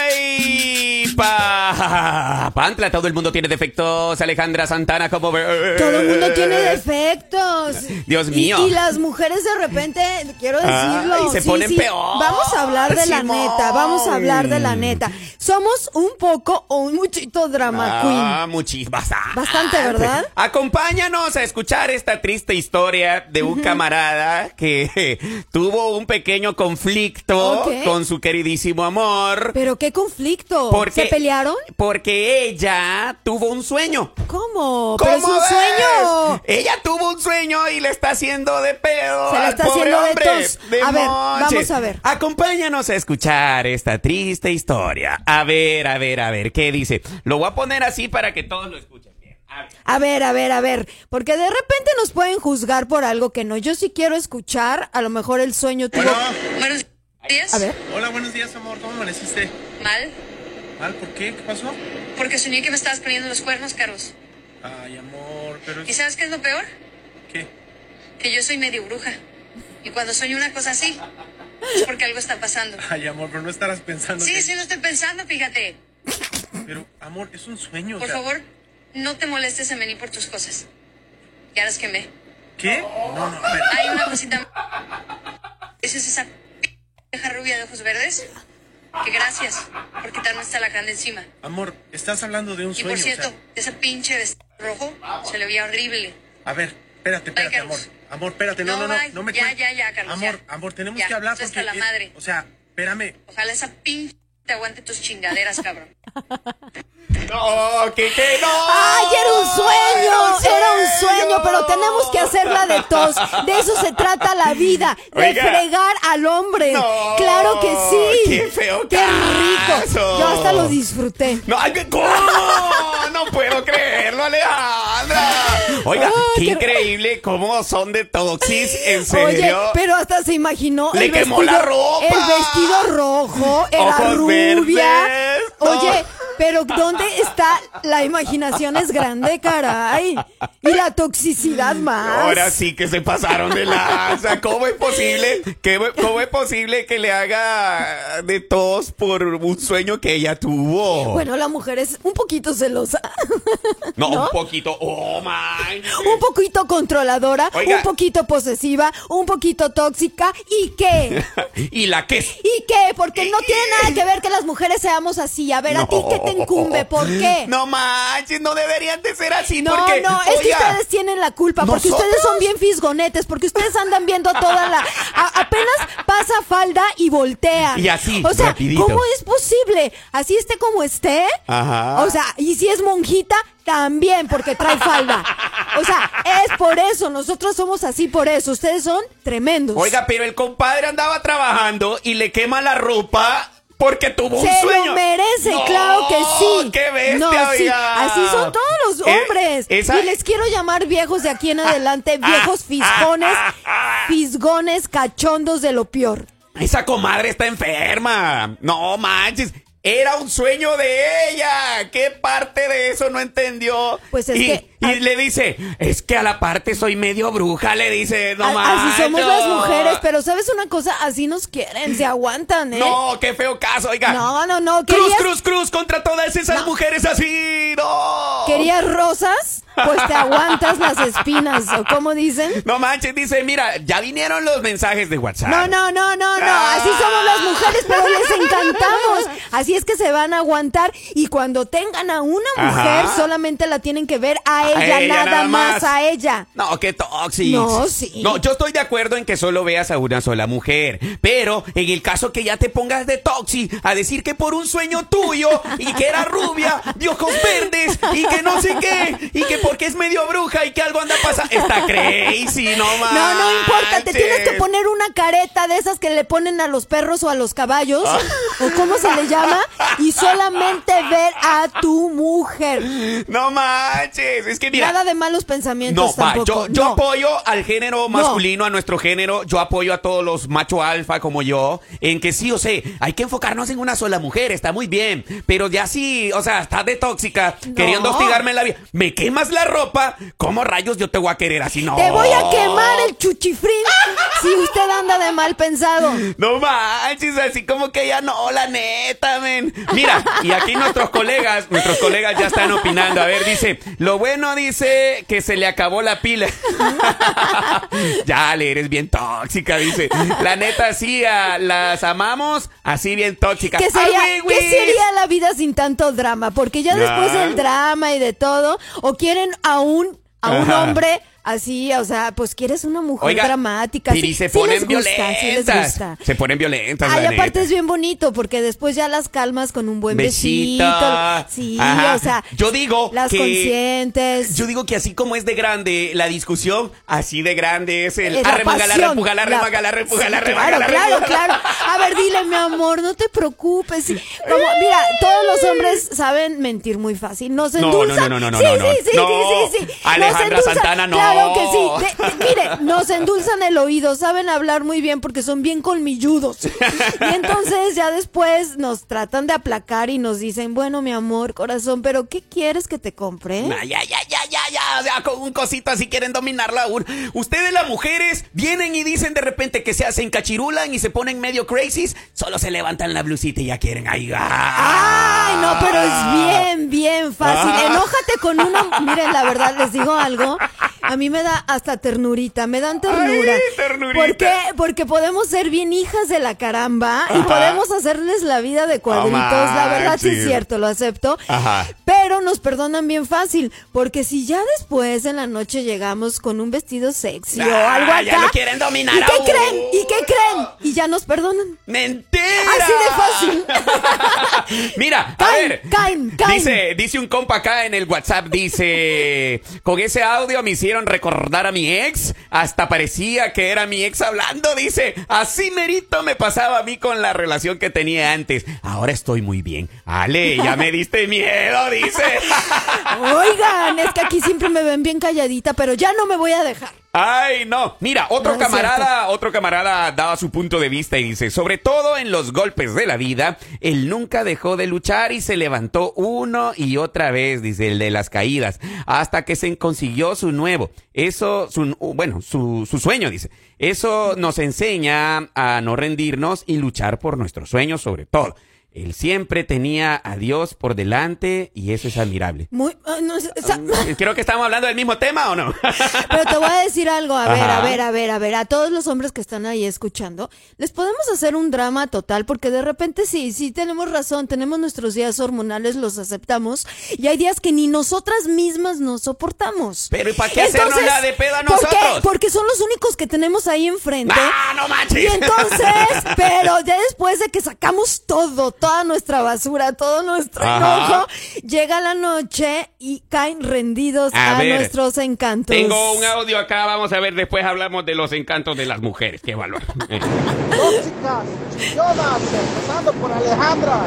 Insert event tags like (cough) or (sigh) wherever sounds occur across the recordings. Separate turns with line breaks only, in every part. ¡Ay! Pa, ¡Pantla! Todo el mundo tiene defectos. Alejandra Santana, como.
Todo el mundo tiene defectos.
Eh. Dios
Y-
mío.
Y, las mujeres de repente, quiero
Ah,
decirlo.
y se ponen peor,
Vamos a hablar de la
Simón.
neta, vamos a hablar de la neta. Somos un poco o un muchito drama queen.
Ah, muchis- bastante.
Bastante, ¿verdad?
(laughs) Acompáñanos a escuchar esta triste historia de un camarada que (laughs) eh, tuvo un pequeño conflicto
Ok.
con su queridísimo amor.
Pero qué conflicto.
Porque,
¿Se pelearon?
Porque ella tuvo un sueño.
¿Cómo? Oh, Pero es un
ves?
sueño.
Ella tuvo un sueño y le está haciendo de pedo.
Se la
al
está
pobre
haciendo de
hombre.
tos. A ver,
Demonches.
vamos a ver.
Acompáñanos a escuchar esta triste historia. A ver, a ver, a ver, ¿qué dice? Lo voy a poner así para que todos lo escuchen bien. A ver.
A ver, a ver, a ver, porque de repente nos pueden juzgar por algo que no. Yo sí quiero escuchar, a lo mejor el sueño tuvo...
Buenos días.
A ver.
Hola, buenos días, amor. ¿Cómo amaneciste?
Mal.
Mal, ¿por qué? ¿Qué pasó?
Porque soñé que me estabas poniendo los cuernos, Carlos.
Ay, amor, pero
¿Y
es
sabes qué es lo peor?
que...
Que yo soy medio bruja. Y cuando sueño una cosa así, es porque algo está pasando.
Ay, amor, pero no estarás pensando
Sí,
que...
sí, no estoy pensando, fíjate.
Pero, amor, es un sueño, o
Por
sea,
favor, no te molestes en venir por tus cosas. Ya las quemé.
¿Qué? No, no, a ver.
Hay una cosita más. Esa es esa p- vieja rubia de ojos verdes. Que gracias por quitarme esta lacrán de encima.
Amor, estás hablando de un
Y
sueño,
por cierto,
o sea...
ese pinche vestido rojo se le veía horrible.
A ver, espérate, espérate,
Bye,
amor.
Carlos.
Amor, espérate, no, no,
No,
no,
bye.
no me...
Ya,
cuel-
ya, ya, Carlos,
Amor,
ya.
amor, tenemos
Ya,
que hablar
tú
porque...
hasta la
es-
madre.
O sea, espérame.
Ojalá esa pinche te aguante tus chingaderas, cabrón.
No, que, que no.
¡Ay, era un sueño! Era un sueño, pero tenemos que hacerla de tos. De eso se trata la vida, de
Oiga.
fregar al hombre.
No,
¡Claro que sí!
qué feo
¡Qué rico!
caso.
Yo hasta lo disfruté.
No, ay, ¿cómo? No puedo creerlo, Alejandra. Oiga, qué
qué-
increíble cómo son de toxis, en
Oye,
serio.
pero hasta se imaginó
Le
el
quemó
vestido,
la ropa.
el vestido rojo, era
Ojos
rubia.
verdes, no.
Oye, pero ¿dónde está la imaginación es grande, caray? Y la toxicidad más.
Ahora sí que se pasaron de
(laughs)
lanza. ¿Cómo es posible? que ¿Cómo es posible que le haga de tos por un sueño que ella tuvo?
Bueno, la mujer es un poquito celosa,
no, un poquito. Oh my.
un poquito controladora,
Oiga.
un poquito posesiva, un poquito tóxica. ¿Y qué?
y la que es.
¿Y qué? Porque no tiene nada que ver que las mujeres seamos así. A ver, ¿a ti qué te incumbe? ¿Por qué?
No manches, no deberían de ser así.
No,
porque,
no, es que
oiga,
ustedes tienen la culpa, porque
¿Nosotros?
ustedes son bien fisgonetes, porque ustedes andan viendo toda la... a- apenas pasa falda y voltea.
Y así,
O sea,
rapidito.
¿cómo es posible? Así esté como esté.
Ajá.
O sea, y si es monjita, también, porque trae falda. O sea, es por eso, nosotros somos así por eso, ustedes son tremendos.
Oiga, pero el compadre andaba trabajando y le quema la ropa porque tuvo un
Se
sueño.
lo merece,
No,
claro que sí.
¡Qué bestia,
no, sí.
oiga!
Así son todos los
Eh,
hombres.
esa- Ah,
Y les quiero llamar viejos de aquí en adelante, viejos fisgones, fisgones cachondos de lo peor.
(laughs) Esa comadre está enferma. No manches. Era un sueño de ella. ¿Qué parte de eso no entendió?
Pues es
y,
que-
Y le dice, es que a la parte soy medio bruja, le dice, no
A-
manches.
así somos
no".
las mujeres, pero sabes una cosa, así nos quieren, se aguantan, ¿eh?
No, qué feo caso, oiga.
no, no, no,
cruz,
¿Querías,
cruz, cruz contra todas esas mujeres así. No.
querías rosas, pues te aguantas las espinas, ¿o cómo dicen?
No manches, dice, mira, ya vinieron los mensajes de WhatsApp.
No, no, no, no, no. Así somos las mujeres, pero les encantamos. Así es que se van a aguantar. Y cuando tengan a una mujer,
Ajá.
solamente la tienen que ver a ella,
ella,
nada,
nada
más.
más.
a ella.
No, qué tóxico.
No, sí.
No, yo estoy de acuerdo en que solo veas a una sola mujer. Pero en el caso que ya te pongas de toxi a decir que por un sueño tuyo y que era rubia, de ojos verdes y que no sé qué, y que porque es medio bruja y que algo anda pasando. Está crazy, no más.
No, no importa, te tienes que poner una careta de esas que le ponen a los perros o a los caballos,
Ah.
o cómo se le llama,
(laughs)
y solamente ver a tu mujer.
No manches. Es que mira.
Nada de malos pensamientos
No, va,
tampoco.
yo, yo
no.
apoyo al género masculino, a nuestro género, yo apoyo a todos los macho alfa como yo, en que sí, o sea, hay que enfocarnos en una sola mujer, está muy bien, pero ya sí, o sea, estás de tóxica, queriendo hostigarme en la vida, me quemas la ropa, ¿cómo rayos yo te voy a querer así? No.
Te voy a quemar el chuchifrín si usted anda de mal pensado.
No manches, así como que ya no, la neta, llamen. Mira, y aquí nuestros colegas, nuestros colegas ya están opinando. A ver, dice, lo bueno dice que se le acabó la pila. (laughs) ya, le eres bien tóxica, dice. La neta, sí, a- las amamos así bien tóxicas.
¿Qué sería,
Ay, güey,
qué
güey.
sería la vida sin tanto drama? Porque ya después
Ah.
del drama y de todo, o quieren a un, a un
Ajá.
hombre así, o sea, pues quieres una mujer
Oiga,
dramática.
Y
sí-
se
sí
ponen
les gusta,
violentas.
sí les gusta.
Se ponen violentas.
Ay,
la
aparte
neta.
es bien bonito porque después ya las calmas con un buen besito.
Besito.
Sí,
Ajá.
o sea,
Yo digo
las
que-
consientes.
Yo digo que así como es de grande la discusión, así de grande es el
Eh, la
arremangala,
pasión,
arremangala,
la-
arremangala, arremangala,
Sí, Claro,
arremangala,
claro,
arremangala.
claro. A ver, dile, mi amor, no te preocupes. sí. Como, mira, todos los hombres saben mentir muy fácil. Nos
no,
endulzan.
no, no, no,
sí,
no, no.
sí, sí,
No,
sí, sí, sí.
Alejandra
Nos endulzan.
Santana, no.
Claro que sí. De- de- mire, nos endulzan el oído, saben hablar muy bien porque son bien colmilludos. Y entonces ya después nos tratan de aplacar y nos dicen, bueno, mi amor, corazón, pero ¿qué quieres que te compre?
(laughs) Ay, ay, ay, ay, ay, ay, O sea, con un cosito así quieren dominarla aún. Ustedes, las mujeres, vienen y dicen de repente que se hacen cachirulan y se ponen medio crazies. Solo se levantan la blusita y ya quieren. Ay, ah.
Ay, no, pero es bien, bien fácil.
Ah.
Enójate con uno. Miren, la verdad, les digo algo. A mí me da hasta ternurita, me dan ternura.
Ay, ternurita.
¿Por qué? Porque podemos ser bien hijas de la caramba y
Ajá.
podemos hacerles la vida de cuadritos. la verdad, sí es
manches.
cierto, lo acepto.
Ajá.
Pero nos perdonan bien fácil, porque si ya después en la noche llegamos con un vestido sexy o
Ah,
algo acá.
ya lo quieren dominar
¿Y qué
aún.
creen? ¿Y qué creen? Y ya nos perdonan.
¡Mentira!
Así Ah, de
fácil. (laughs) Mira, a
Caen,
ver.
caen, caen.
Dice, dice un compa acá en el WhatsApp, dice, con ese audio me hicieron recordar a mi ex, hasta parecía que era mi ex hablando, dice, así merito me pasaba a mí con la relación que tenía antes. Ahora estoy muy bien. Ale, ya me diste miedo, dice.
(laughs) Oigan, es que aquí siempre me ven bien calladita, pero ya no me voy a dejar.
Ay, no. Mira, otro
No es
camarada, otro camarada daba su punto de vista y dice, sobre todo en los golpes de la vida, él nunca dejó de luchar y se levantó uno y otra vez, dice el de las caídas, hasta que se consiguió su nuevo. Eso, su, bueno, su, su sueño, dice. Eso nos enseña a no rendirnos y luchar por nuestros sueños, sobre todo. Él siempre tenía a Dios por delante y eso es
(laughs)
admirable.
Muy, ah, no, o sea,
Creo que estamos hablando del mismo tema o no.
pero te voy a decir algo, a ver,
Ajá.
a ver, a ver, a ver, a todos los hombres que están ahí escuchando, les podemos hacer un drama total porque de repente sí, sí tenemos razón, tenemos nuestros días hormonales, los aceptamos y hay días que ni nosotras mismas nos soportamos.
Pero, ¿y pa' qué hacernos la de pedo a
¿por qué?
nosotros?
Porque son los únicos que tenemos ahí enfrente.
¡Ah, no manches!
Y entonces, pero ya después de que sacamos todo, toda nuestra basura, todo nuestro
Ajá.
enojo, llega la noche y caen rendidos a,
A ver,
nuestros encantos.
(laughs) Tengo un audio acá, vamos a ver, después hablamos de los encantos de las mujeres, qué valor. Eh,
tóxicas, chillonas, empezando por Alejandra.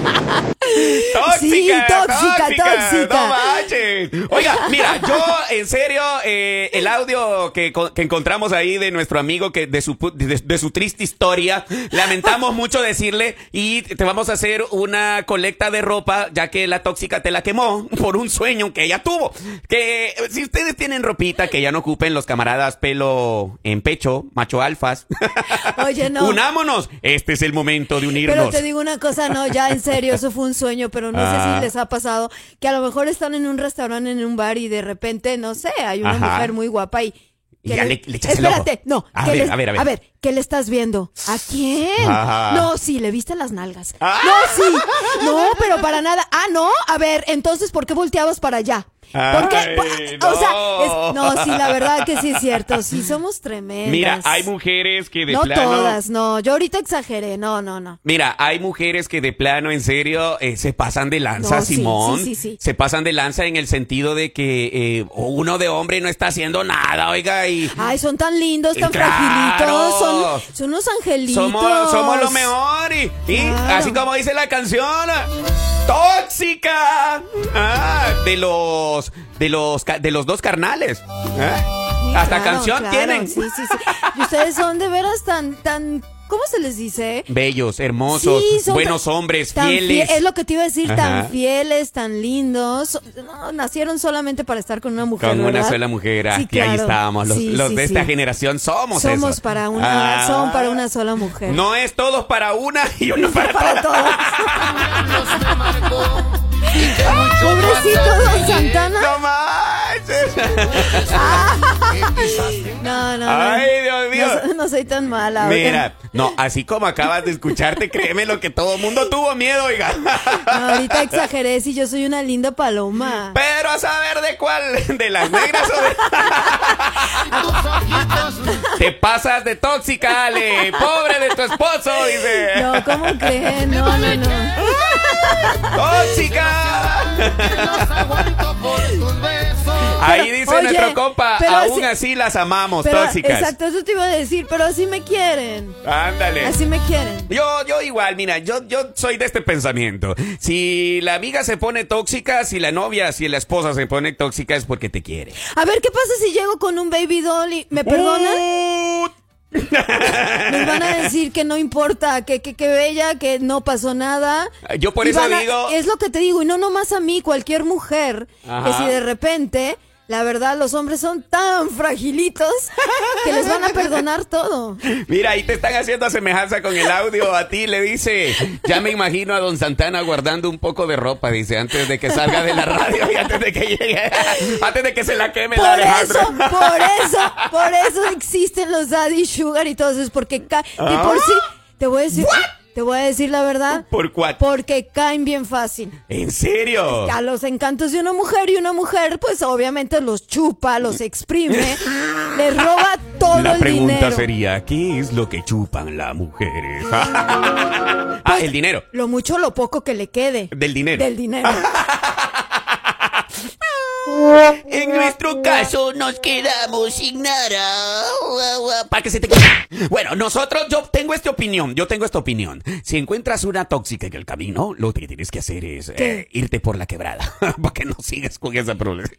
tóxica,
Sí, tóxica, tóxica.
No manches. Oiga, mira, yo en serio, eh, el audio que, co- que encontramos ahí de nuestro amigo que de su pu- de, de su triste historia,
(laughs)
lamentamos mucho decirle y te vamos a hacer una colecta de ropa, ya que la tóxica te la quemó por un sueño que ella tuvo. Que eh, si ustedes tienen ropita que ya no ocupen los camaradas pelo en pecho, macho alfas.
Oye, no.
(laughs) Unámonos. Este es el momento de unirnos.
Pero te digo una cosa, no, ya en serio, eso fue un sueño, pero no sé
Ah.
si les ha pasado que a lo mejor están en un restaurante, en un bar y de repente, no sé, hay una
Ajá.
mujer muy guapa y...
Y
que
ya le- le echas el
Espérate,
ojo.
no.
A
que
ver,
le-
a ver, a ver.
¿qué le estás viendo? ¿A quién?
Ajá.
No, sí, le viste las nalgas.
Ah.
No, sí. No, pero para nada. Ah, no. A ver, entonces, ¿por qué volteabas para allá? ¿Por qué?
Ay,
Po- O sea,
no.
es- no, sí, la verdad que sí es cierto. Sí, somos tremendas.
Mira, hay mujeres que de
No
plano.
todas, no. Yo ahorita exageré. No, no, no.
Mira, hay mujeres que de plano, en serio, eh, se pasan de lanza,
No, sí,
Simón.
sí, sí, sí.
Se pasan de lanza en el sentido de que eh, uno de hombre no está haciendo nada, oiga, y
Ay, son tan lindos, tan
Claro.
fragilitos, son, son unos angelitos.
somos, somos lo mejor. Y, y
Claro.
así como dice la canción, ah, tóxica Ah, de los de los ca- de los dos carnales. ¿eh?
Sí,
Hasta
claro,
canción
claro,
tienen.
Sí, sí, sí. Y ustedes son de veras tan, tan ¿Cómo se les dice?
Bellos, hermosos,
Sí, son
buenos
tan-
hombres,
tan
fieles.
fie- es lo que te iba a decir,
Ajá.
tan fieles, tan lindos. No, nacieron solamente para estar con una mujer.
Con una
¿verdad?
sola mujer,
Sí,
aquí ahí
claro.
estábamos. Los,
Sí,
los
sí,
de esta
sí.
generación somos
Somos
esos.
para una,
Ah.
son para una sola mujer.
No es todos para una (laughs) y uno para,
(laughs) Para
todas.
todos. (laughs) Pobrecito Don Santana.
¡No
(laughs)
manches!
No, no, no.
Ay, Dios mío.
No, (laughs) so- no soy tan mala. oigan.
Mira, no, así como acabas de
(laughs)
escucharte, créeme lo que todo mundo tuvo miedo, oiga.
No, ahorita exageré si yo soy una linda paloma.
Pero a saber de cuál, de las negras o de... Te pasas de tóxica, Ale. Pobre de tu esposo, dice.
No, ¿cómo creen? No, no, no.
¡Tóxica! Ahí dice
Oye,
nuestro compa,
pero
aún
así-
así las amamos,
Pero,
tóxicas.
Exacto, eso te iba a decir, pero así me quieren.
Ándale.
Así me quieren.
Yo, yo igual, mira, yo, yo soy de este pensamiento. Si la amiga se pone tóxica, si la novia, si la esposa se pone tóxica, es porque te quiere.
A ver, ¿qué pasa si llego con un baby doll y me perdonan?
Uh,
Nos van a decir que no importa, que, que, que bella, que no pasó nada.
Eh, Yo por
Y
eso
van a-
digo-
Es lo que te digo, y no nomás a mí, cualquier mujer, que
Ajá.
si de repente, la verdad, los hombres son tan fragilitos que les van a
(laughs)
perdonar todo.
Mira, ahí te están haciendo semejanza con el audio. A ti le dice, ya me imagino a Don Santana guardando un poco de ropa, dice, antes de que salga de la radio y antes de que llegue, antes de que se la queme la
Por
Alejandra.
eso,
(laughs)
por eso, por eso existen los daddy sugar y todo eso, es porque ca- y por sí, te voy a decir, te voy a decir la verdad,
Ah. ¿Por cuatro?
porque caen bien fácil.
¿En serio?
a los encantos de una mujer y una mujer pues obviamente los chupa,
(laughs)
los exprime, les roba todo
La
el
pregunta
dinero. Pues
sería, ¿qué es lo que chupan las mujeres? ah, el dinero.
Lo mucho o lo poco que le quede.
Del dinero.
Del dinero.
(laughs) En nuestro caso nos quedamos sin nada. Para que se te quede. Bueno, nosotros, yo tengo esta opinión, yo tengo esta opinión. Si encuentras una tóxica en el camino, lo que tienes que hacer es eh, irte por la quebrada. (laughs) Para que no sigas con ese problema.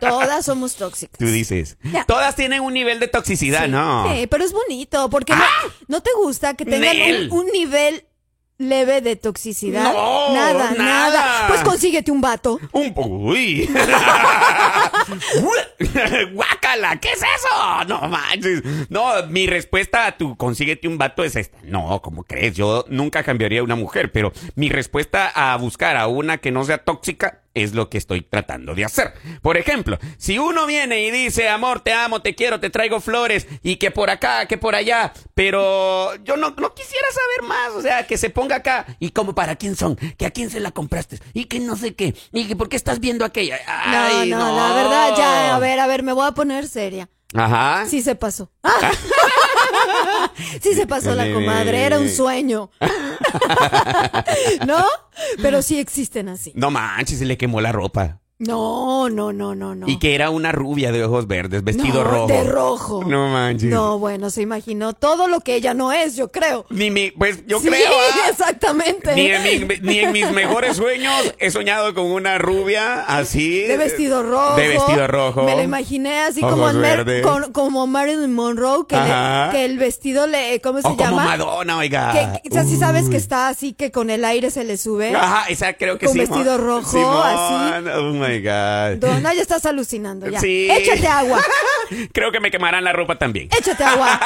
Todas somos tóxicas.
Tú dices. "Ah".
Ya.
Todas tienen un nivel de toxicidad, ¿no?
Sí, pero es bonito porque no- no, te gusta que tengan
Ah. Nel.
un, un nivel leve de toxicidad.
No,
nada, nada,
nada.
Pues consíguete un vato.
Un po- uy. (laughs) Guácala, ¿qué es eso? No manches. No, mi respuesta a tu consíguete un vato es esta. No, ¿cómo crees? Yo nunca cambiaría a una mujer, pero mi respuesta a buscar a una que no sea tóxica es lo que estoy tratando de hacer. Por ejemplo, si uno viene y dice, amor, te amo, te quiero, te traigo flores, y que por acá, que por allá, pero yo no, no quisiera saber más, o sea, que se ponga acá, y como para quién son, que a quién se la compraste, y que no sé qué, y que por qué estás viendo aquella. Ay,
no, no, la verdad, ya, a ver, a ver, me voy a poner seria.
Ajá.
Sí se pasó. (laughs) Ah. sí se pasó la comadre, era un sueño. (laughs) ¿No? Pero sí existen así.
No manches, se le quemó la ropa.
No, no, no, no, no.
Y que era una rubia de ojos verdes, vestido
No,
rojo.
De rojo.
No manches.
No, bueno, se imaginó todo lo que ella no es, yo creo.
Ni mi, pues yo
sí,
creo.
(laughs)
ah.
exactamente.
Ni en, mi- ni en mis mejores sueños he soñado con una rubia así.
(laughs) De vestido rojo.
De vestido rojo.
Me la imaginé así
Ojos
como, en Mer-
verdes.
con- como Marilyn Monroe, que, le-
Ajá.
que el vestido le. ¿Cómo se
O
llama?
como Madonna, oiga.
Que, que- o sea, si sabes que
Uy.
está así, que con el aire se le sube.
Ajá, esa creo que
Con
sí.
vestido
Mo-
rojo,
Simón,
así.
Oh my God.
Dona, ya estás alucinando, ya.
Sí.
Échate agua,
(laughs) Creo que me quemarán la ropa también.
échate agua.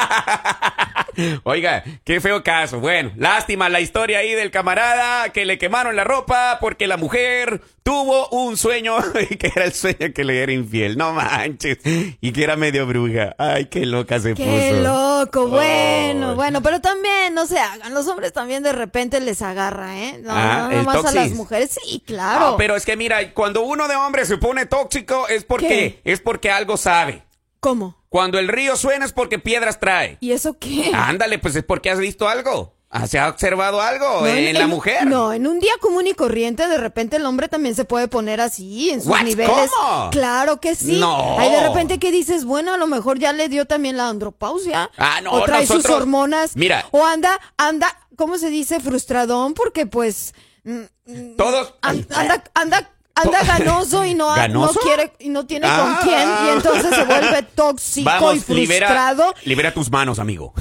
Oiga, qué feo caso. Bueno, lástima la historia ahí del camarada que le quemaron la ropa porque la mujer tuvo un sueño (laughs) que era el sueño que le era infiel. No manches. Y que era medio bruja. Ay, qué loca se puso.
Qué loco, bueno,
Oh.
bueno, pero también no se hagan. Los hombres también de repente les agarra, ¿eh? No,
Ah,
no,
el
nomás a las
toxis.
mujeres, sí, claro.
No, Ah, pero es que mira, cuando uno de hombre se pone tóxico es porque es porque algo sabe.
¿Cómo?
Cuando el río suena es porque piedras trae.
¿Y eso qué?
Ándale, pues es porque has visto algo. Ah, ¿Se ha observado algo
No,
en, en la mujer?
No, en un día común y corriente, de repente el hombre también se puede poner así, en sus
What?
niveles.
¿Cómo?
Claro que sí.
No.
Hay de repente que dices, bueno, a lo mejor ya le dio también la andropausia.
Ah, no,
O trae sus
nosotros-
hormonas.
Mira.
O anda, anda, ¿cómo se dice? Frustradón, porque pues. mm,
Todos.
an- Anda, anda Anda ganoso y no,
eh. ¿Ganoso?
no quiere y no tiene
Ah.
con quién y entonces se vuelve tóxico y
Vamos, libera,
frustrado.
libera tus manos, amigo.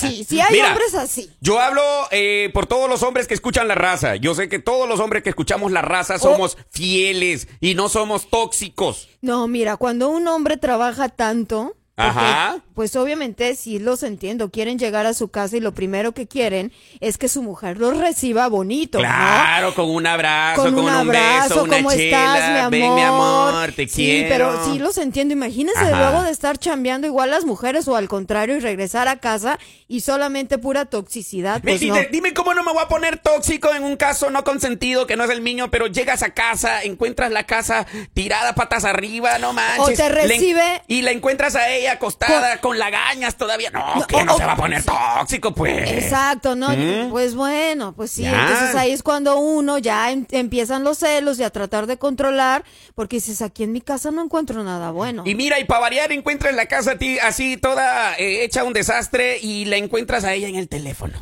Sí, sí, sí hay
Mira,
hombres así.
Yo hablo eh, por todos los hombres que escuchan la raza. Yo sé que todos los hombres que escuchamos la
Oh.
raza somos fieles y no somos tóxicos.
No, mira, cuando un hombre trabaja tanto, porque,
Ajá.
pues obviamente sí los entiendo, quieren llegar a su casa y lo primero que quieren es que su mujer los reciba bonito, ¿no?
Claro, con un abrazo,
Con
con,
un abrazo,
beso, una
¿cómo
chela,
estás, mi amor?
ven mi amor, te
sí,
quiero.
pero sí los entiendo. Imagínense
Ajá.
luego de estar chambeando igual las mujeres o al contrario y regresar a casa y solamente pura toxicidad.
Me- (laughs)
Pues no.
dime, dime cómo no me voy a poner tóxico en un caso no consentido que no es el niño, pero llegas a casa, encuentras la casa tirada patas arriba, no manches.
te
Le en-
recibe-
y la encuentras a ella acostada con, lagañas todavía. No, que no
o-
se va a poner tóxico, pues.
Exacto, ¿no? Pues bueno, pues sí.
¿Eh? Ya.
Entonces ahí es cuando uno ya em- empiezan los celos y a tratar de controlar, porque dices, aquí en mi casa no encuentro nada bueno.
Y mira, y para variar, encuentras la casa a ti así toda eh, hecha un desastre y la encuentras a ella en el teléfono.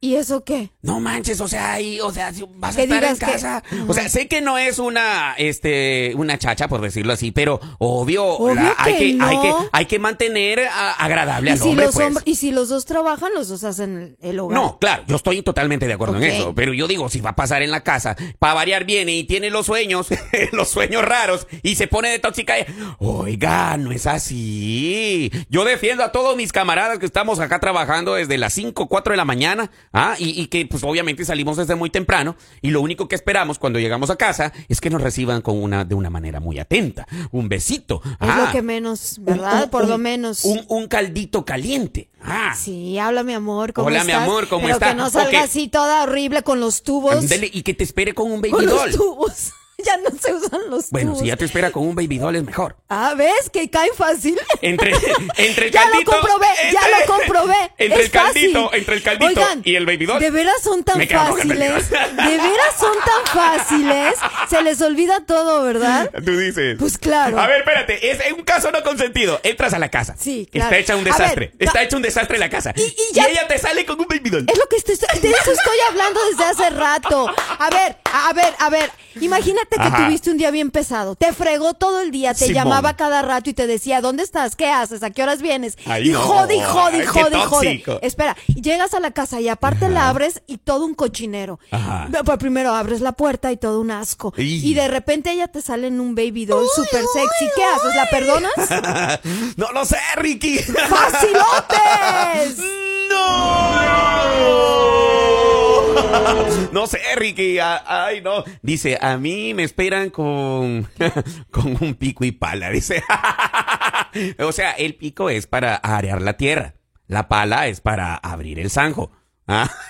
¿Y eso qué?
No manches, o sea, ahí, o sea, si vas a
Que
estar en
digas que-
casa. O sea, sé que no es una, este, una chacha, por decirlo así, pero obvio,
Obvio
la- hay,
que
que, hay,
no.
que, hay que mantener a- agradable
¿Y
al
si,
hombre,
los
pues.
hombres- y si los dos trabajan, los dos hacen el, el hogar.
No, claro, yo estoy totalmente de acuerdo
Ok.
en eso, pero yo digo, si va a pasar en la casa, para variar viene y tiene los sueños, (laughs) los sueños raros, y se pone de tóxica. Oiga, no es así. Yo defiendo a todos mis camaradas que estamos acá trabajando desde las 5, 4 de la mañana, ¿ah? y, y que pues obviamente salimos desde muy temprano, y lo único que esperamos cuando llegamos a casa es que nos reciban con una, de una manera muy atenta, un besito.
Es
ah,
lo que menos,
un-
¿verdad?
un-
Por lo
un-
menos.
Un, un caldito caliente. Ah.
Sí, habla mi amor, ¿cómo
Hola,
estás?
mi amor, ¿cómo
Pero
está?
que no salga
Ok.
así toda horrible con los tubos.
Ándale, y que te espere con un baby
Pues, con
doll.
los tubos. (laughs) ya no se usan los
Bueno,
tubos.
si ya te espera con un baby doll es mejor.
Ah, ¿ves? Que cae fácil.
Entre, (laughs) entre el
(laughs) ya
caldito.
lo comprobé, ya
entre-
lo comprobé.
(laughs) Entre
Es
el caldito,
fácil.
entre el caldito
Oigan,
y el baby doll.
De veras son
Me
tan
quedo con el baby
fáciles.
doll.
De veras son tan fáciles. Se les olvida todo, ¿verdad?
(laughs) Tú dices.
Pues claro.
A ver, espérate, es, es un caso no consentido. Entras a la casa.
Sí, claro.
Está hecha un
A ver,
desastre.
ta-
está hecha un desastre la casa.
Y- y ya- Eh.
ella te sale con un baby doll.
Es lo que estoy, de eso estoy hablando desde hace rato. A ver, a ver, a ver. Imagínate que
Ajá.
tuviste un día bien pesado. Te fregó todo el día, te
Simón.
llamaba cada rato y te decía, ¿dónde estás? ¿Qué haces? ¿A qué horas vienes?
Ay,
y
no.
jode, y jode, y
Ay, qué
jode, y jode.
tóxico.
Espera, y llegas a la casa y aparte la abres y todo un cochinero.
Ajá.
No, Pues primero abres la puerta y todo un asco.
Y-
Y de repente ella te sale en un baby doll súper sexy. ¿Qué haces?
(laughs)
¿La perdonas?
no lo sé,
(laughs)
Ricky.
¡Facilotes!
¡No! No sé, Ricky. a- Ay, no. Dice, a mí me esperan con, (laughs) con un pico y pala. Dice, (laughs) o sea, el pico es para arear la tierra. La pala es para abrir el zanjo. Ah, (laughs)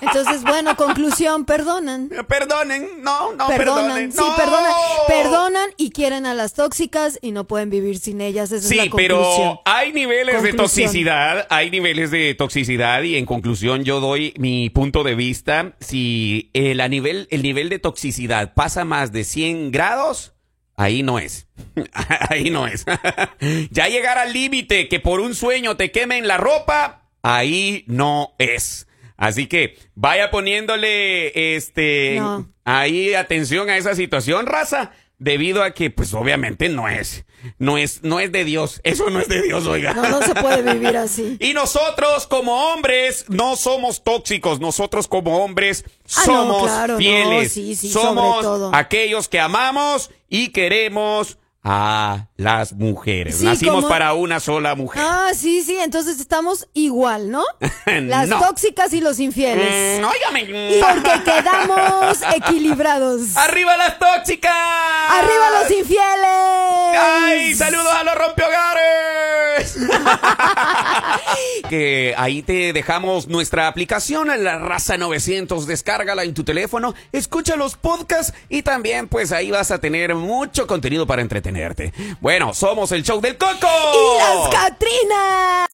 Entonces, bueno, conclusión, perdonan.
Perdonen, no, no,
perdonan,
Oh, perdonen.
sí,
no.
perdonan, perdonan y quieren a las tóxicas y no pueden vivir sin ellas, esa es
Sí,
la conclusión.
pero hay niveles de
Conclusión.
toxicidad, hay niveles de toxicidad y en conclusión yo doy mi punto de vista. Si el, a nivel, el nivel de toxicidad pasa más de 100 grados, ahí no es. (laughs) ahí no es. (laughs) ya llegar al límite que por un sueño te quemen la ropa, ahí no es. Así que vaya poniéndole este
No.
ahí atención a esa situación, raza, debido a que, pues obviamente no es, no es, no es de Dios. Eso no es de Dios, oiga.
No, no se puede vivir así.
Y nosotros como hombres no somos tóxicos, nosotros como hombres
Ah, no,
somos
claro, no,
fieles,
sí, sí, sobre
somos
todo.
aquellos que amamos y queremos a las mujeres.
Sí,
Nacimos
como-
para una sola mujer.
Ah, sí, sí, entonces estamos
(laughs)
igual, ¿no? Las
No.
tóxicas y los infieles.
Mm, óigame.
pues.
(laughs)
Y porque quedamos equilibrados.
¡Arriba las tóxicas!
¡Arriba los infieles!
¡Ay! ¡Saludos a los rompehogares! (laughs) que ahí te dejamos nuestra aplicación, la Raza 900. Descárgala en tu teléfono, escucha los podcasts y también, pues ahí vas a tener mucho contenido para entretenerte. Bueno, somos el show del Coco.
¡Y las Catrinas!